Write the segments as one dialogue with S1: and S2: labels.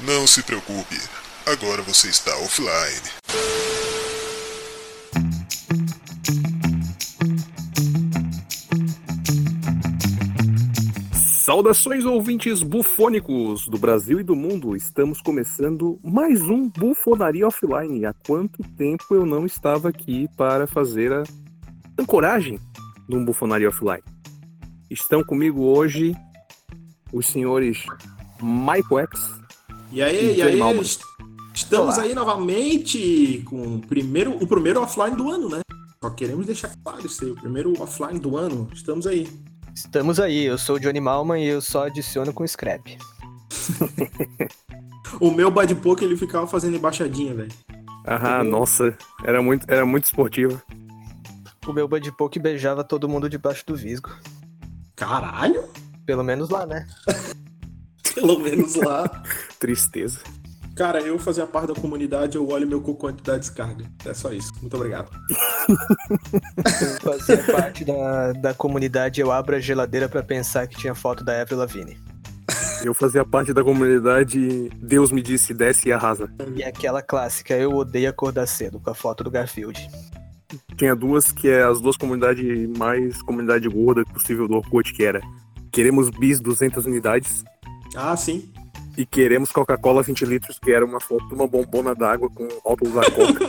S1: Não se preocupe, agora você está offline.
S2: Saudações ouvintes bufônicos do Brasil e do mundo. Estamos começando mais um Bufonaria Offline. Há quanto tempo eu não estava aqui para fazer a ancoragem de um Bufonaria Offline? Estão comigo hoje os senhores Michael X.
S3: E aí,
S2: E
S3: e aí,
S2: Malman.
S3: est- estamos
S2: Olá.
S3: aí novamente com o primeiro, o primeiro offline do ano, né? Só queremos deixar claro isso aí, o primeiro offline do ano. Estamos aí.
S4: Estamos aí, eu sou o Johnny Malman e eu só adiciono com scrap.
S3: O meu bad poke ele ficava fazendo embaixadinha, velho.
S2: Ah, nossa, era muito, era muito esportivo.
S4: O meu Bud Poke beijava todo mundo debaixo do visgo.
S3: Caralho!
S4: Pelo menos lá, né?
S3: Pelo menos lá.
S2: Tristeza.
S3: Cara, eu fazia parte da comunidade, eu olho meu cocô antes da descarga. É só isso. Muito obrigado.
S4: Eu fazia parte da, da comunidade, eu abro a geladeira pra pensar que tinha foto da Avril Lavigne.
S2: Eu fazia parte da comunidade Deus me disse, desce e arrasa.
S4: E aquela clássica, eu odeio acordar cedo, com a foto do Garfield.
S2: Tinha duas que é as duas comunidades mais comunidade gorda possível do Orkut, que era Queremos bis 200 unidades
S3: Ah, sim.
S2: e Queremos Coca-Cola 20 litros, que era uma foto de uma bombona d'água com rótulos da Coca.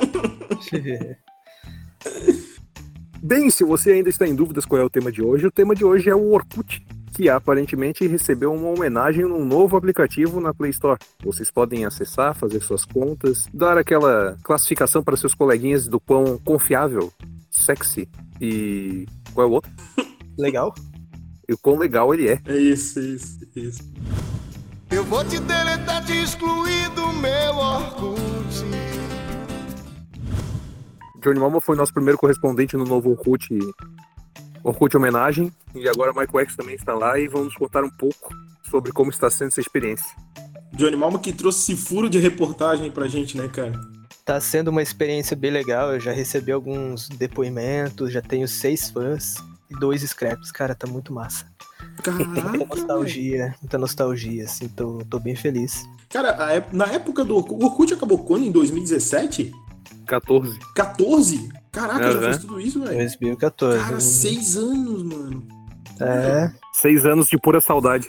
S2: Bem, se você ainda está em dúvidas qual é o tema de hoje, o tema de hoje é o Orkut, que aparentemente recebeu uma homenagem num novo aplicativo na Play Store. Vocês podem acessar, fazer suas contas, dar aquela classificação para seus coleguinhas do quão confiável, sexy e qual é o outro?
S4: Legal?
S2: E o quão legal ele é.
S3: É isso, é isso, é isso.
S5: Eu vou te deletar, te excluir do meu Orkut.
S2: Johnny Malma foi nosso primeiro correspondente no novo Orkut, Orkut homenagem, e agora Michael X também está lá e vamos contar um pouco sobre como está sendo essa experiência.
S3: Johnny Malma que trouxe esse furo de reportagem pra gente, né, cara?
S4: Tá sendo uma experiência bem legal, eu já recebi alguns depoimentos, já tenho seis fãs e dois scraps, cara, tá muito massa. Muita
S3: Caraca, velho.
S4: nostalgia, muita nostalgia, assim, tô, tô bem feliz.
S3: Cara, a ép- na época do Orkut, o Orkut acabou quando? Em 2017?
S2: 14.
S3: 14? Caraca, já
S2: Aham.
S3: fez tudo isso, velho.
S4: 2014.
S3: Cara, seis anos, mano.
S4: É,
S2: Seis anos de pura saudade.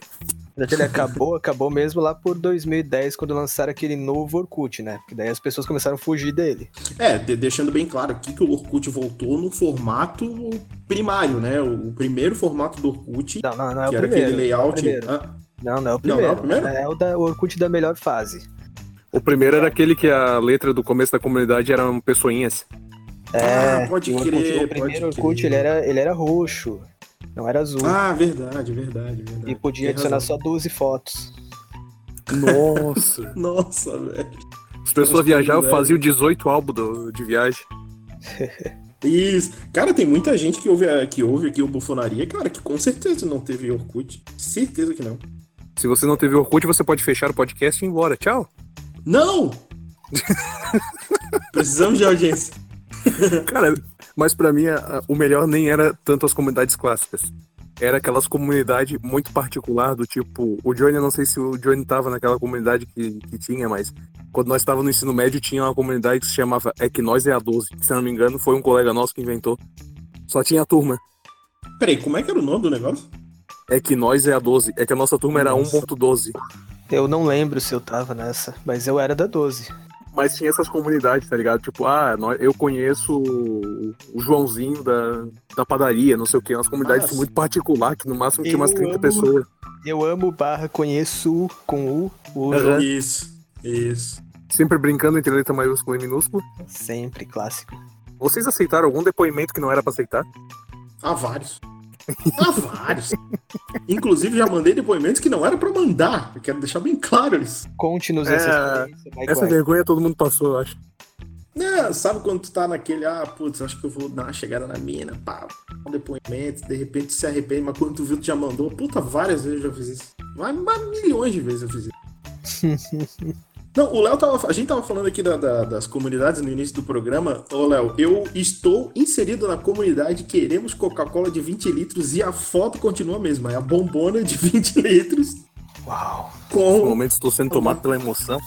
S4: Mas Ele acabou, acabou mesmo lá por 2010, quando lançaram aquele novo Orkut, né? Porque daí as pessoas começaram a fugir dele.
S3: É, de- deixando bem claro aqui que o Orkut voltou no formato primário, né? O, o primeiro formato do Orkut,
S4: Não, não, não é o
S3: que era
S4: primeiro.
S3: aquele layout.
S4: primeiro.
S3: Ah,
S4: Não, não é
S3: Não, não é
S4: o primeiro.
S3: o primeiro?
S4: É o da o Orkut da melhor fase.
S2: O primeiro era aquele que a letra do começo da comunidade eram pessoinhas.
S3: Ah,
S4: É,
S3: pode
S4: o Orkut-
S3: crer,
S4: O primeiro
S3: pode
S4: Orkut,
S3: crer.
S4: ele era, ele era roxo, não era azul.
S3: ah, verdade, verdade, verdade.
S4: e podia
S3: Tem
S4: adicionar
S3: razão.
S4: só 12 fotos.
S2: Nossa.
S3: Nossa, velho.
S2: As pessoas viajavam, faziam 18 álbuns do- de viagem.
S3: Isso. Cara, tem muita gente que ouve, a- que ouve aqui o Bufonaria, cara, que com certeza não teve Orkut. Certeza que não.
S2: Se você não teve Orkut, você pode fechar o podcast e ir embora. Tchau.
S3: Não! Precisamos de audiência.
S2: Cara, mas pra mim a- a- o melhor nem era tanto as comunidades clássicas. Era aquelas comunidades muito particular do tipo, o Johnny, eu não sei se o Johnny tava naquela comunidade que, que tinha, mas quando nós estávamos no ensino médio tinha uma comunidade que se chamava É que nós é a 12, que se eu não me engano foi um colega nosso que inventou. Só tinha a turma.
S3: Peraí, como é que era o nome do negócio?
S2: É que nós é a 12. É que a nossa turma era
S3: Nossa.
S2: 1.12.
S4: Eu não lembro se eu tava nessa, mas eu era da 12.
S2: Mas tinha essas comunidades, tá ligado? Tipo, ah, nó- eu conheço o o Joãozinho da, da padaria, não sei o quê. Umas comunidades
S3: Nossa.
S2: muito particular, que no máximo tinha umas
S4: Eu
S2: 30
S4: amo.
S2: pessoas.
S4: Eu amo barra conheço com U, o
S2: Aham.
S4: João
S3: Isso, isso.
S2: Sempre brincando entre letra maiúscula e minúscula.
S4: sempre clássico.
S2: Vocês aceitaram algum depoimento que não era pra aceitar?
S3: Há vários. Há vários. Inclusive, já mandei depoimentos que não era pra mandar. Eu quero deixar bem claro isso.
S4: Conte-nos
S2: É,
S4: essa experiência, Mike
S2: Essa
S4: White.
S2: vergonha todo mundo passou, eu acho.
S3: Né, sabe quando tu tá naquele, ah, putz, acho que eu vou dar uma chegada na mina, pá, um depoimento, de repente tu se arrepende, mas quando tu viu, tu já mandou. Puta, várias vezes eu já fiz isso. Mas, mas milhões de vezes eu fiz isso. Não, o Léo tava. A gente tava falando aqui da- da- das comunidades no início do programa. Ô, Léo, eu estou inserido na comunidade Queremos Coca-Cola de 20 litros e a foto continua a mesma. É a bombona de 20 litros
S4: Uau.
S2: Nesse
S3: com,
S2: momento estou sendo tomado pela emoção.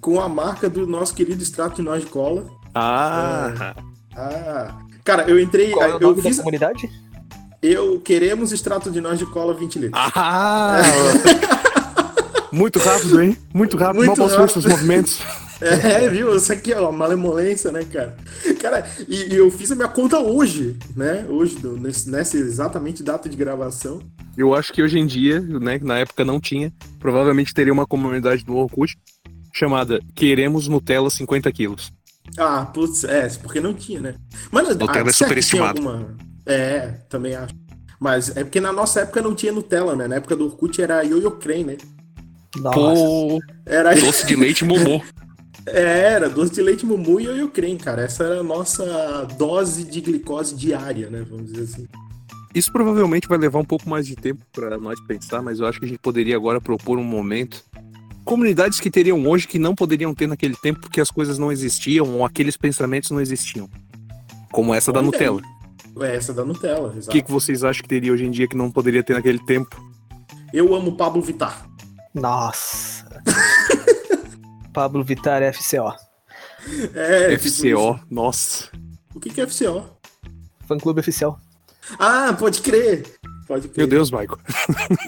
S3: com a marca do nosso querido extrato de noz de cola.
S2: Ah,
S3: Ah, cara, eu entrei,
S4: Qual é o
S3: eu
S4: nome da
S3: fiz,
S4: comunidade?
S3: eu queremos extrato de noz de cola 20 litros.
S2: ah. Muito rápido, hein? Muito rápido.
S3: Muito
S2: Mal posso ver
S3: rápido.
S2: seus movimentos.
S3: É, viu? Isso aqui, ó, malemolência, né, cara? Cara, e, e eu fiz a minha conta hoje, né? Hoje, do- nesse, nessa exatamente data de gravação.
S2: Eu acho que hoje em dia, né, que na época não tinha, provavelmente teria uma comunidade no Orkut chamada Queremos Nutella 50 quilos.
S3: Ah, putz, é, porque não tinha, né? Mas ah,
S1: Nutella é
S3: será que tinha
S1: superestimado.
S3: alguma- É, também acho. Mas é porque na nossa época não tinha Nutella, né? Na época do Orkut era Yo-Yo Creme, né?
S4: Nossa.
S3: Era, É,
S1: doce de leite Momô.
S3: era doce de leite Mumu e Yo-Yo Creme, cara. Essa era a nossa dose de glicose diária, né? Vamos dizer assim.
S2: Isso provavelmente vai levar um pouco mais de tempo para nós pensar, mas eu acho que a gente poderia agora propor um momento. Comunidades que teriam hoje que não poderiam ter naquele tempo porque as coisas não existiam ou aqueles pensamentos não existiam. Como essa da
S3: Olha
S2: Nutella.
S3: É, essa da Nutella,
S2: O
S3: exato.
S2: que, que vocês acham que teria hoje em dia que não poderia ter naquele tempo?
S3: Eu amo Pablo Vittar.
S4: Nossa. Pablo Vittar FCO.
S3: É, tipo isso.
S2: FCO, nossa.
S3: o que, que é FCO?
S4: Fã clube oficial.
S3: Ah, pode crer. Pode crer.
S2: Meu Deus, Michael.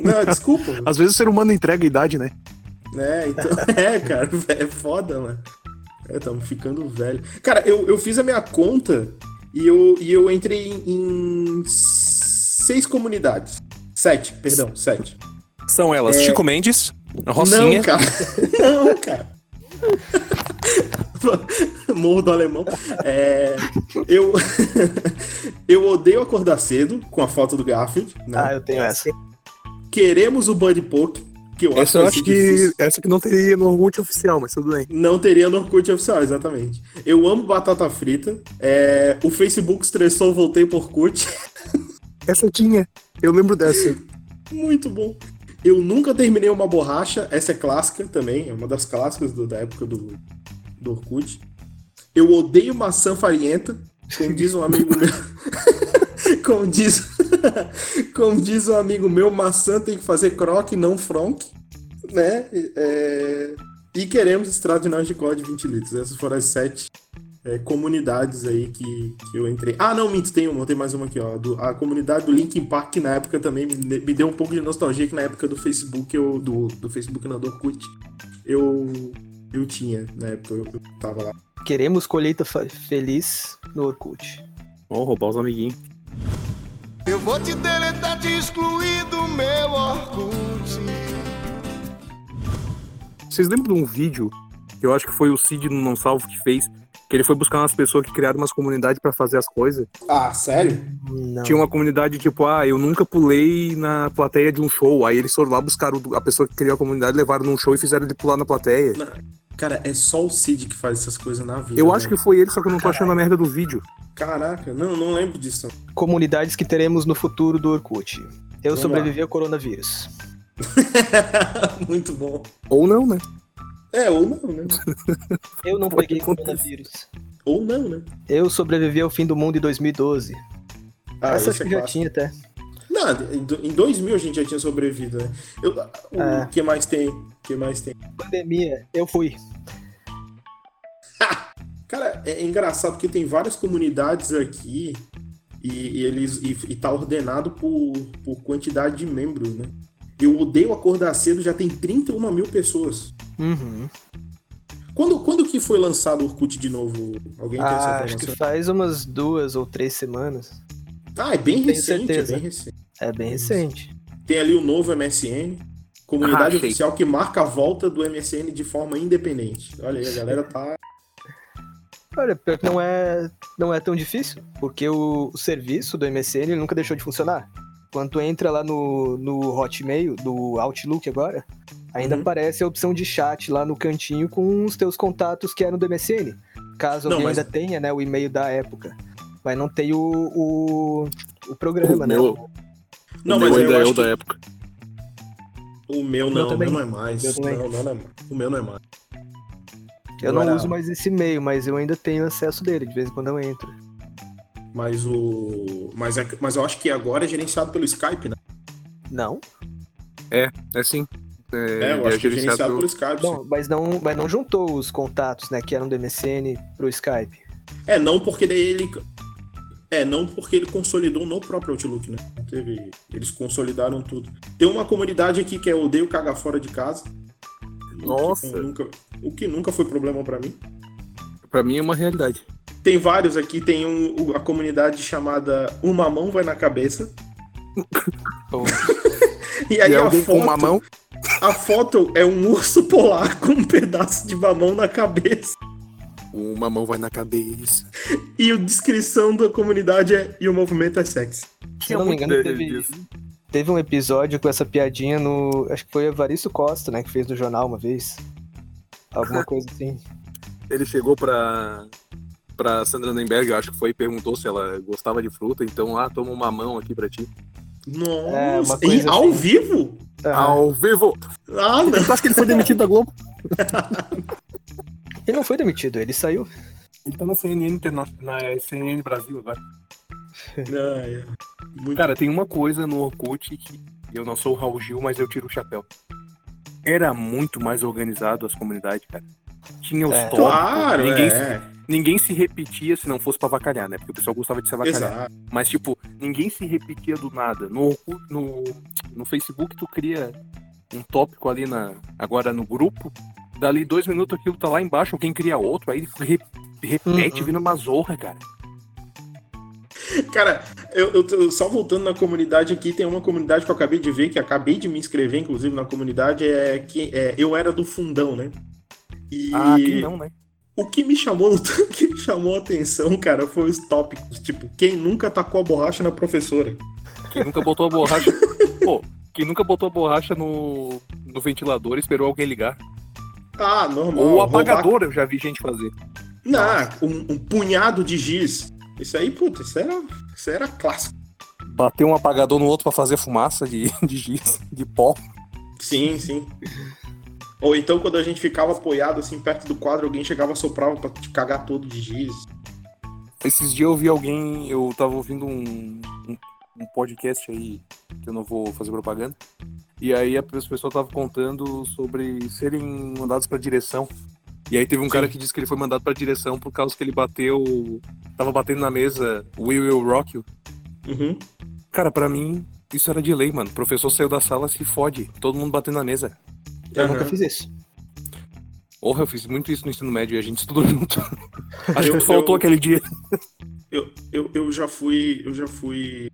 S3: Não, desculpa.
S2: Às vezes o ser humano entrega a idade, né?
S3: né? Então, é, cara, é foda, mano. É, tamo ficando velho. Cara, eu, eu fiz a minha conta e eu, e eu entrei em, em seis comunidades. Sete, perdão, sete.
S2: São elas Chico Mendes,
S3: Não,
S2: Rocinha,
S3: cara. Não, cara. Morro do alemão. É, eu, eu odeio acordar cedo com a foto do Garfield. né?
S4: Ah, eu tenho essa.
S3: Queremos o Buddy Poke, que eu acho
S2: Essa
S3: que
S2: eu
S3: vai
S2: acho
S3: ser
S2: que.
S3: difícil.
S2: Essa que não teria no Orkut oficial, mas tudo bem.
S3: Não teria no Orkut oficial, exatamente. Eu amo batata frita. É, o Facebook estressou, voltei por Orkut.
S2: Essa tinha. Eu lembro dessa.
S3: Muito bom. Eu nunca terminei uma borracha. Essa é clássica também. É uma das clássicas do- da época do, do Orkut. Eu odeio maçã farinhenta. Como diz um amigo meu. como, diz, como diz um amigo meu, maçã tem que fazer croque, não fronque. Né? É, e queremos extrato de nós de cola de 20 litros. Essas foram as sete é, comunidades aí que, que eu entrei. Ah, não, minto, tem uma, tem mais uma aqui, ó. do- a comunidade do Linkin Park, que na época também me, me deu um pouco de nostalgia, que na época do Facebook, eu, do, do Facebook não, do Orkut, eu, eu tinha, na época eu, eu tava lá.
S4: Queremos colheita fa- feliz no Orkut.
S2: Vamos roubar os amiguinhos.
S5: Eu vou te deletar, te excluir do meu Orkut.
S2: Vocês lembram de um vídeo que eu acho que foi o Cid no Não Salvo que fez? Que ele foi buscar umas pessoas que criaram umas comunidades pra fazer as coisas.
S3: Ah, sério?
S4: Não.
S2: Tinha uma comunidade tipo, ah, eu nunca pulei na plateia de um show. Aí eles foram lá, buscaram a pessoa que criou a comunidade, levaram num show e fizeram ele pular na plateia.
S3: Cara, é só o Cid que faz essas coisas na vida.
S2: Eu
S3: né?
S2: acho que foi ele, só que eu não tô achando a merda do vídeo.
S3: Caraca, não, não lembro disso.
S4: Comunidades que teremos no futuro do Orkut. Eu
S3: Vamos
S4: sobrevivi ao coronavírus.
S3: Muito bom.
S2: Ou não, né?
S3: É, ou não, né?
S4: Eu não
S2: Pode
S4: peguei
S2: acontecer.
S4: coronavírus.
S3: Ou não, né?
S4: Eu sobrevivi ao fim do mundo em 2012.
S3: Ah, esse
S4: Essa acho
S3: é
S4: que já
S3: clássico.
S4: tinha até.
S3: Não, em do- em 2000 a gente já tinha sobrevivido, né? Eu, o
S4: É.
S3: que mais tem? O que mais tem?
S4: Pandemia, eu fui.
S3: Cara, é engraçado porque tem várias comunidades aqui e, e eles e, e tá ordenado por, por quantidade de membros, né? Eu odeio acordar cedo, já tem 31 mil pessoas.
S4: Uhum.
S3: Quando, quando que foi lançado o Orkut de novo? Alguém tem
S4: Ah,
S3: essa
S4: acho que
S3: informação?
S4: faz umas duas ou três semanas.
S3: Ah, é bem
S4: Tenho
S3: recente, é
S4: certeza.
S3: bem recente.
S4: É bem recente.
S3: Tem ali o novo MSN, comunidade
S2: Ah, achei.
S3: oficial que marca a volta do MSN de forma independente. Olha aí, a galera tá.
S4: Olha, pior que não é, não é tão difícil, porque o, o serviço do MSN ele nunca deixou de funcionar. Quando tu entra lá no, no Hotmail, do Outlook agora, ainda
S3: Uhum.
S4: aparece a opção de chat lá no cantinho com os teus contatos que eram do MSN. Caso
S3: Não,
S4: alguém
S3: mas-
S4: ainda tenha, né, o e-mail da época. Mas não tem o, o, o programa,
S2: O
S4: né?
S2: meu-
S3: Não,
S2: O
S3: mas
S2: meu
S3: eu
S2: ainda é
S3: acho
S2: o
S3: que
S2: da época.
S3: O meu não,
S4: meu
S3: o meu
S4: também.
S3: não é mais.
S4: Meu também.
S3: Não, o meu não é mais. O meu não é mais.
S4: Eu não
S3: Agora-
S4: uso mais esse e-mail, mas eu ainda tenho acesso dele, de vez em quando eu entro.
S3: Mas o. Mas, é- mas eu acho que agora é gerenciado pelo Skype, né?
S4: Não?
S2: É assim.
S3: É, eu acho que é gerenciado pelo
S2: pelo-
S3: Skype. sim.
S4: Não, mas não, mas não juntou os contatos, né, que eram do MSN pro Skype.
S3: É, não porque daí ele. É, não porque ele consolidou no próprio Outlook, né? Não Teve... Eles consolidaram tudo. Tem uma comunidade aqui que é Odeio Cagar Fora de Casa.
S2: Nossa.
S3: O que nunca, o que nunca foi problema pra mim.
S2: Pra mim é uma realidade.
S3: Tem vários aqui, tem um- o- a comunidade chamada Uma Mão Vai na Cabeça.
S4: Pô.
S3: E
S2: E é
S3: aí É a
S2: alguém
S3: foto,
S2: com uma mão.
S3: a foto é um urso polar com um pedaço de mamão na cabeça.
S2: Uma mão vai na cabeça.
S3: E a descrição da comunidade é E o movimento é sexy.
S4: Se eu não me engano, teve, teve um episódio com essa piadinha no. Acho que foi Evaristo Costa, né? Que fez no jornal uma vez. Alguma coisa assim.
S2: Ele chegou pra, pra Sandra Nenberg, eu acho que foi, e perguntou se ela gostava de fruta. Então, ah, toma uma mão aqui pra ti.
S4: É, uma
S3: Nossa, e
S4: coisa
S3: ao
S4: assim.
S3: vivo?
S4: Ah,
S2: Ao vivo!
S3: Ah, não.
S2: Eu acho que ele foi demitido da Globo.
S4: ele não foi demitido, ele saiu.
S2: Ele tá na CNN, interna- na CNN Brasil agora.
S3: Ai, ai. É, Muito-
S2: Cara, tem uma coisa no Orkut que eu não sou o Raul Gil, mas eu tiro o chapéu. Era muito mais organizado as comunidades, cara. Tinha os
S4: É.
S2: tópicos,
S3: claro,
S2: ninguém,
S3: é.
S2: ninguém se repetia se não fosse pra avacalhar, né? Porque o pessoal gostava de se avacalhar.
S3: Exato.
S2: Mas, tipo, ninguém se repetia do nada. No, Orkut- no, no Facebook, tu cria um tópico ali na, agora no grupo. Dali dois minutos aquilo tá lá embaixo, alguém cria outro, aí re- repete,
S4: Uhum.
S2: vira uma zorra, cara.
S3: Cara, eu, eu tô só voltando na comunidade aqui, tem uma comunidade que eu acabei de ver, que acabei de me inscrever, inclusive, na comunidade, é que é, eu era do fundão, né? E
S2: Ah, quem não, né?
S3: o que me chamou, o que me chamou a atenção, cara, foi os tópicos. Tipo, quem nunca tacou a borracha na professora?
S2: Quem nunca botou a borracha. Pô, quem nunca botou a borracha no, no ventilador e esperou alguém ligar.
S3: Ah, normal.
S2: Ou o
S3: roubar-
S2: apagador, eu já vi gente fazer.
S3: Não, um, um punhado de giz. Isso aí, puta, isso era, isso era clássico.
S2: Bater um apagador no outro pra fazer fumaça de, de giz, de pó.
S3: Sim, sim. Ou então quando a gente ficava apoiado assim perto do quadro, alguém chegava soprava pra te cagar todo de giz.
S2: Esses dias eu vi alguém, eu tava ouvindo um, um, um podcast aí, que eu não vou fazer propaganda, e aí a pessoa tava contando sobre serem mandados pra direção. E aí teve um cara que disse que ele foi mandado pra direção por causa que ele bateu. Tava batendo na mesa We Will Rock You.
S3: Uhum.
S2: Cara, pra mim, isso era de lei, mano. O professor saiu da sala, se fode. Todo mundo batendo na mesa.
S4: Eu
S3: Aham.
S4: nunca fiz isso.
S2: Porra, eu fiz muito isso no ensino médio e a gente estudou junto. Acho que
S3: Eu-
S2: tu faltou
S3: eu-
S2: aquele dia.
S3: Eu, eu, eu já fui, eu já fui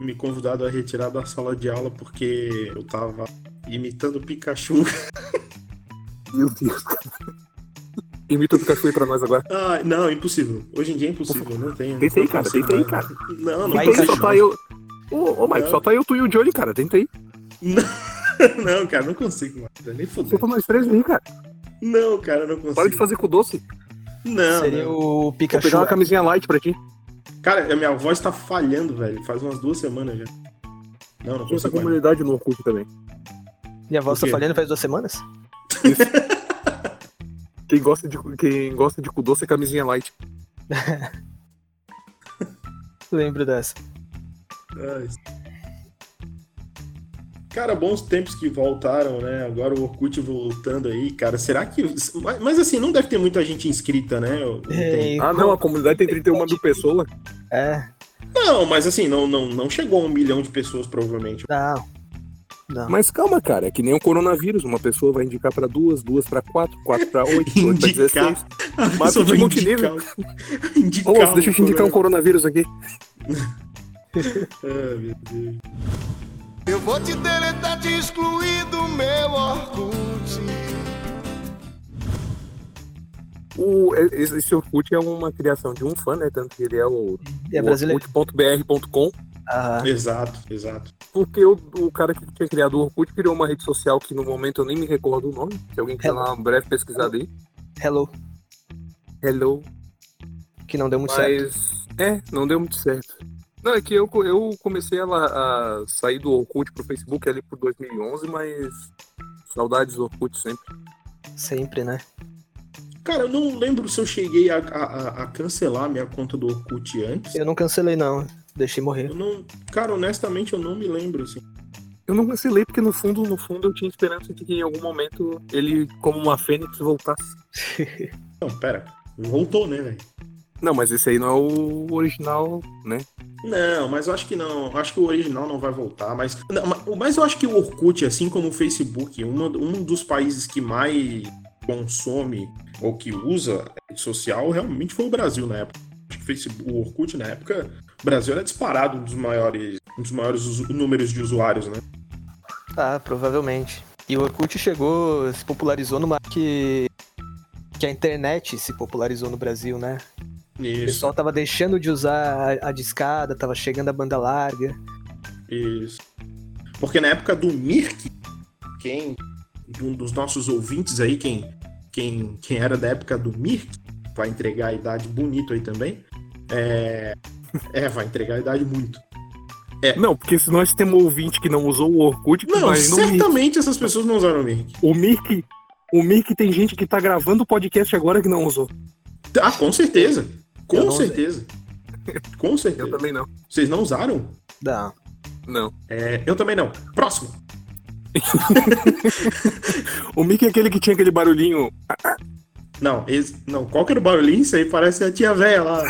S3: me convidado a retirar da sala de aula porque eu tava imitando Pikachu.
S2: Meu Deus, cara. Imita o Pikachu aí pra nós agora.
S3: Ah, não, impossível. Hoje em dia é impossível, não tem.
S2: Tenta aí,
S3: não
S2: cara,
S3: consigo,
S2: tenta aí,
S3: né?
S2: cara.
S3: Não, não
S2: Então
S4: Vai
S3: tem.
S2: só
S4: encaixar.
S2: tá eu. Ô, ô Mike,
S3: É.
S2: só tá eu, tu e o Johnny, cara. Tenta aí.
S3: Não, cara, não consigo mais. Nem
S2: Só
S3: fudeu.
S2: tá nós três aí, cara.
S3: Não, cara, não consigo.
S2: Para de fazer com o doce.
S3: Ah, Não,
S4: Seria
S3: não.
S4: o
S2: Vou
S4: Pikachu.
S2: pegar uma camisinha light pra ti.
S3: Cara, a minha voz tá falhando, velho. Faz umas duas semanas já. Não, não
S2: Tinha essa
S3: consigo. mais.
S2: comunidade no Orkut também.
S4: Minha voz
S3: O
S4: tá
S3: quê?
S4: falhando faz duas semanas?
S2: Quem gosta de, quem gosta de cu doce é camisinha light.
S4: Lembro dessa.
S3: Ai. Cara, bons tempos que voltaram, né? Agora o Orkut voltando aí, cara. Será que. mas- Mas assim, não deve ter muita gente inscrita, né? Não tem-
S4: Ei,
S2: Ah, não, a comunidade tem 31 mil pessoas.
S4: É,
S3: Não, mas assim, não, não, não chegou a um milhão de pessoas, provavelmente.
S4: não. Não.
S2: Mas calma, cara, é que nem o coronavírus. Uma pessoa vai indicar pra duas, duas pra quatro, quatro pra oito, oito pra
S3: Indicar.
S2: 16. Mas
S3: Só
S2: de
S3: vai
S2: multinível.
S3: indicar o- indicar
S2: Ô,
S3: o
S2: deixa eu te indicar um
S3: coronavírus.
S2: coronavírus aqui.
S3: Ah, meu Deus.
S5: Eu vou te deletar, te excluir do meu Orkut.
S2: O, esse esse Orkut é uma criação de um fã, né? Tanto que ele é o,
S4: É
S2: o
S4: brasileiro.
S2: Orkut.br.com.
S4: Ah,
S3: Exato, exato.
S2: Porque o, o cara que tinha criado o Orkut criou uma rede social que no momento eu nem me recordo o nome. Se alguém quiser
S4: Hello.
S2: dar uma breve pesquisada aí.
S4: hello.
S2: Hello.
S4: Que não deu muito certo.
S2: Mas. É, não deu muito certo. Não, é que eu, eu comecei ela a sair do Orkut pro Facebook ali por 2011, mas. Saudades do Orkut sempre.
S4: Sempre, né?
S3: Cara, eu não lembro se eu cheguei a, a- a- a cancelar minha conta do Orkut antes.
S4: Eu não cancelei, não. Deixei morrer.
S3: Eu não, cara, honestamente eu não me lembro assim.
S2: Eu não cancelei porque no fundo, no fundo, eu tinha esperança de que em algum momento ele, como uma fênix, voltasse.
S3: Não, pera. Voltou, né, velho?
S2: Não, mas esse aí não é o original, né?
S3: Não, mas eu acho que não. Eu Acho que o original não vai voltar. Mas, não, ma- mas eu acho que o Orkut, assim como o Facebook, uma- um dos países que mais consome ou que usa rede social realmente foi o Brasil na época. Acho que o Facebook, o Orkut na época, o Brasil era disparado um dos maiores, um dos maiores usu- números de usuários, né?
S4: Ah, provavelmente. E o Orkut chegou, se popularizou numa que que a internet se popularizou no Brasil, né? O
S3: Isso,
S4: pessoal tava deixando de usar a, a discada, tava chegando a banda larga.
S3: isso. Porque na época do Mirk, quem de um dos nossos ouvintes aí, quem, quem, quem era da época do Mirk, vai entregar a idade bonito aí também. É, é, vai entregar a idade muito.
S2: Não, porque se nós temos um ouvinte que não usou o Orkut,
S3: Não, tá-
S2: imagina o Mirk.
S3: certamente essas pessoas não usaram o Mirk.
S2: O Mirk, o Mirk tem gente que tá gravando podcast agora que não usou.
S3: Ah, com certeza.
S4: Eu
S3: Com
S4: não usei.
S3: certeza. Com
S2: Eu
S3: certeza.
S2: também não.
S3: Vocês não usaram?
S4: Não.
S2: Não.
S3: É, eu também não. Próximo.
S2: O Mirk é aquele que tinha aquele barulhinho.
S3: Não, esse, não, qual que era o barulhinho? Isso aí parece a tia velha lá.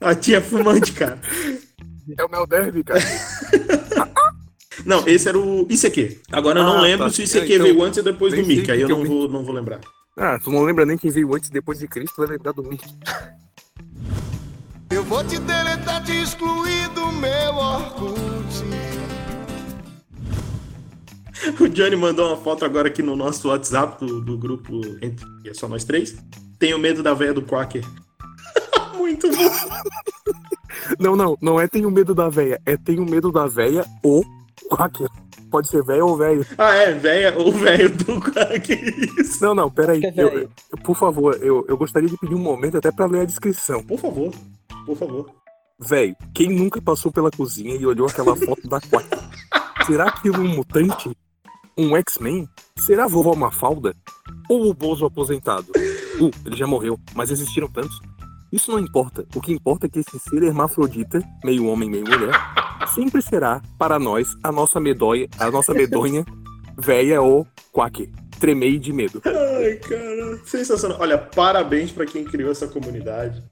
S3: A tia fumante, cara.
S2: É o Mel Derby, cara.
S3: Não, esse era o ICQ. Agora eu não
S2: Ah,
S3: lembro
S2: tá.
S3: se o ICQ
S2: Então,
S3: veio antes ou depois do
S2: nem sei
S3: Mickey. Aí
S2: que
S3: eu
S2: que eu
S3: não
S2: vi.
S3: vou, não vou lembrar.
S2: Ah, tu não lembra nem quem veio antes e depois de Cristo, vai lembrar do Mirk.
S5: Eu vou te deletar, te excluir do meu Orkut.
S3: O Johnny mandou uma foto agora aqui no nosso WhatsApp do, do grupo entre é só nós três. Tenho medo da véia do Quaker. Muito bom.
S2: Não, não, não é tenho medo da véia, é tenho medo da véia ou quaker. Pode ser véia ou velho.
S3: Ah, é, véia ou velho do Quaker. Isso.
S2: Não, não, peraí.
S4: Quer
S2: Eu,
S4: véia?
S2: eu- por favor, eu, eu gostaria de pedir um momento até pra ler a descrição.
S3: Por favor, por favor.
S2: Véi, quem nunca passou pela cozinha e olhou aquela foto da quaker? Será que um mutante? Um X-Men? Será a vovó Mafalda? Ou o Bozo aposentado? Uh, ele já morreu, mas existiram tantos. Isso não importa. O que importa é que esse ser hermafrodita, meio homem, meio mulher, sempre será, para nós, a nossa medonha, a nossa medonha, véia ou quaque. Tremei de medo.
S3: Ai, cara, sensacional. Olha, parabéns pra quem criou essa comunidade.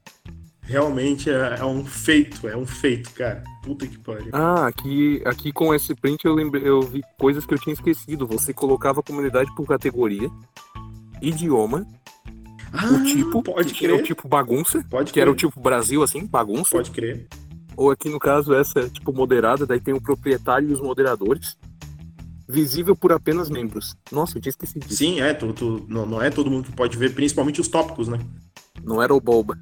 S3: Realmente é, é um feito, é um feito, cara. Puta que pariu.
S2: Ah, aqui, aqui com esse print eu lembrei, eu vi coisas que eu tinha esquecido. Você colocava a comunidade por categoria, idioma,
S3: Ah,
S2: o tipo,
S3: pode
S2: que era o
S3: crer.
S2: tipo bagunça,
S3: Pode
S2: que era o
S3: crer.
S2: tipo Brasil, assim, bagunça.
S3: Pode crer.
S2: Ou aqui no caso, essa tipo moderada, daí tem o proprietário e os moderadores. Visível por apenas membros. Nossa, eu tinha esquecido disso.
S3: Sim, é, tu, tu- não, não é todo mundo que pode ver, principalmente os tópicos, né?
S2: Não era o Boba.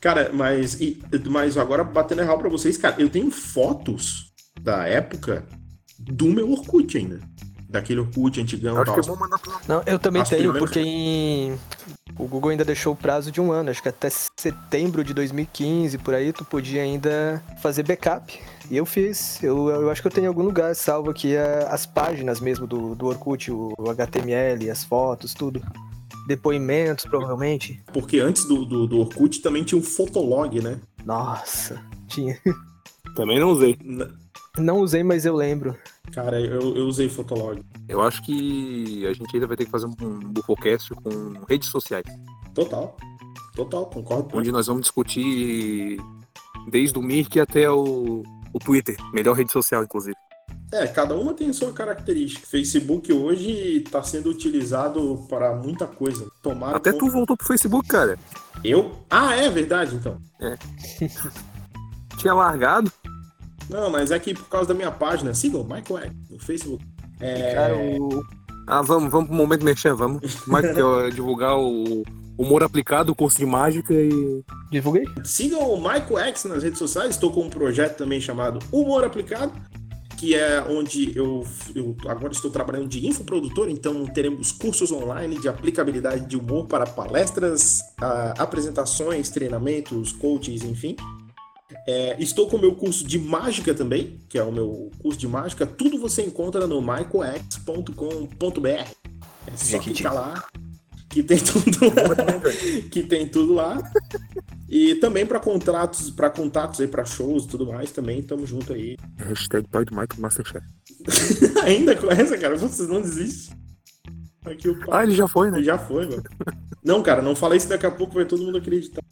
S3: Cara, mas, e- mas agora batendo real pra vocês, cara, eu tenho fotos da época do meu Orkut ainda. Daquele Orkut antigão e
S2: Acho
S3: tal.
S2: que é eu vou mandar pra
S4: Não, eu também
S3: As
S4: tenho,
S3: primeiras-
S4: porque em- o Google ainda deixou o prazo de um ano. Acho que até setembro de 2015, por aí, tu podia ainda fazer backup. E eu fiz. Eu, eu acho que eu tenho em algum lugar salvo aqui a- as páginas mesmo do, do Orkut, o, o HTML, as fotos, tudo. Depoimentos, provavelmente.
S3: Porque antes do, do, do Orkut também tinha o Fotolog, né?
S4: Nossa, tinha.
S2: Também não usei.
S3: Na-
S4: Não usei, mas eu lembro.
S3: Cara, eu, eu usei Fotolog.
S2: Eu acho que a gente ainda vai ter que fazer um bufocast com redes sociais.
S3: Total. Total, concordo.
S2: onde nós vamos discutir desde o Mirk até o, o Twitter, melhor rede social, inclusive.
S3: É, cada uma tem a sua característica. Facebook hoje tá sendo utilizado para muita coisa. Tomara
S2: Até
S3: como-
S2: tu voltou pro Facebook, cara.
S3: Eu? Ah, é verdade, então.
S2: Tinha largado.
S3: Não, mas é que por causa da minha página, siga o Michael Egg no Facebook. É.
S4: Cara, o,
S2: Ah, vamos, vamos pro momento mexer, vamos. Mas que eu ia divulgar o humor aplicado, o curso de mágica e.
S4: divulguei?
S3: Sigam o Michael X nas redes sociais. Estou com um projeto também chamado Humor Aplicado, que é onde eu, eu agora estou trabalhando de infoprodutor, então teremos cursos online de aplicabilidade de humor para palestras, ah, apresentações, treinamentos, coaches, enfim. É, estou com o meu curso de mágica também, que é o meu curso de mágica. Tudo você encontra no michaelx.com.br. É só
S4: Jequiti.
S3: clicar lá, que tem tudo lá que tem tudo lá. E também para contratos, para contatos aí, para shows e tudo mais, também tamo junto aí.
S2: Hashtag pai do Michael Masterchef.
S3: Ainda com essa, cara, vocês não desistem. Aqui o
S2: Ah,
S3: pai
S2: ele já foi, né?
S3: já foi, mano. Não, cara, não fala isso daqui a pouco, vai todo mundo acreditar.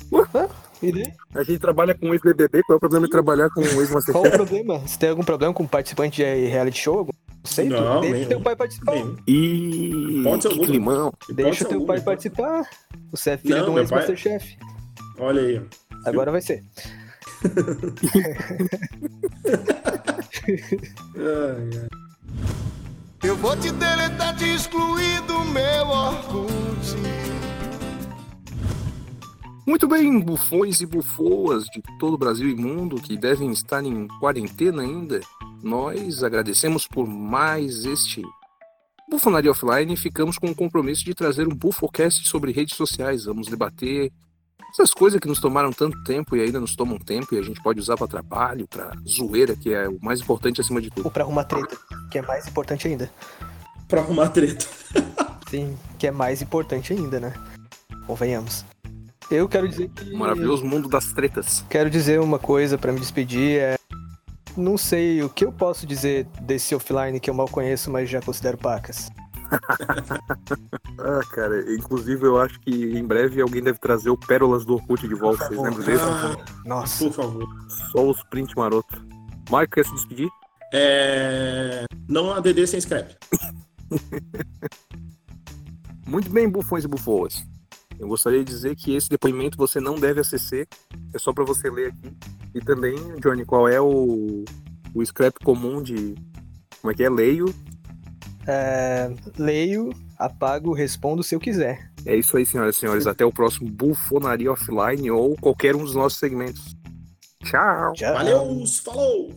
S4: E daí?
S2: A gente trabalha com ex-BBB, qual é o problema de trabalhar com ex-Masterchef?
S4: Qual o problema? Você tem algum problema com participante de reality show? Algum conceito?
S3: Não,
S4: Deixa
S3: nenhum.
S4: teu pai participar.
S3: Bem,
S2: E
S3: Pode ser
S2: que
S3: alguma.
S2: climão.
S4: Deixa
S3: hipótese
S4: teu
S3: alguma, né?
S4: pai
S3: hipótese-
S4: participar. Você é filho
S3: Não,
S4: de um
S3: meu pai- é
S4: ex-masterchef.
S3: Olha aí, ó.
S4: Agora vai ser.
S3: Ai, ai.
S5: Eu vou te deletar, te excluir do meu Orkut.
S2: Muito bem, bufões e bufoas de todo o Brasil e mundo que devem estar em quarentena ainda, nós agradecemos por mais este Bufonaria Offline e ficamos com o compromisso de trazer um Bufocast sobre redes sociais. Vamos debater essas coisas que nos tomaram tanto tempo e ainda nos tomam tempo e a gente pode usar para trabalho, para zoeira, que é o mais importante acima de tudo.
S4: Ou pra arrumar treta, que é mais importante ainda.
S3: Pra arrumar treta.
S4: Sim, que é mais importante ainda, né? Convenhamos. Eu quero dizer que.
S2: O maravilhoso mundo das tretas.
S4: Quero dizer uma coisa pra me despedir. É... Não sei o que eu posso dizer desse offline que eu mal conheço, mas já considero pacas.
S2: Ah, cara, inclusive eu acho que em breve alguém deve trazer o Pérolas do Orkut de volta, vocês lembram disso?
S3: Ah,
S4: Nossa.
S3: por favor.
S2: Só os print maroto. Marco, quer se despedir?
S3: É... Não há DD sem scrap.
S2: Muito bem, bufões e bufoas. Eu gostaria de dizer que esse depoimento você não deve acessar, é só para você ler aqui. E também, Johnny, qual é o, o scrap comum de. Como é que é? Leio.
S4: É, Leio, apago, respondo se eu quiser.
S2: É isso aí, senhoras e senhores. Até o próximo Bufonaria Offline ou qualquer um dos nossos segmentos. Tchau!
S4: Já.
S3: Valeu, falou!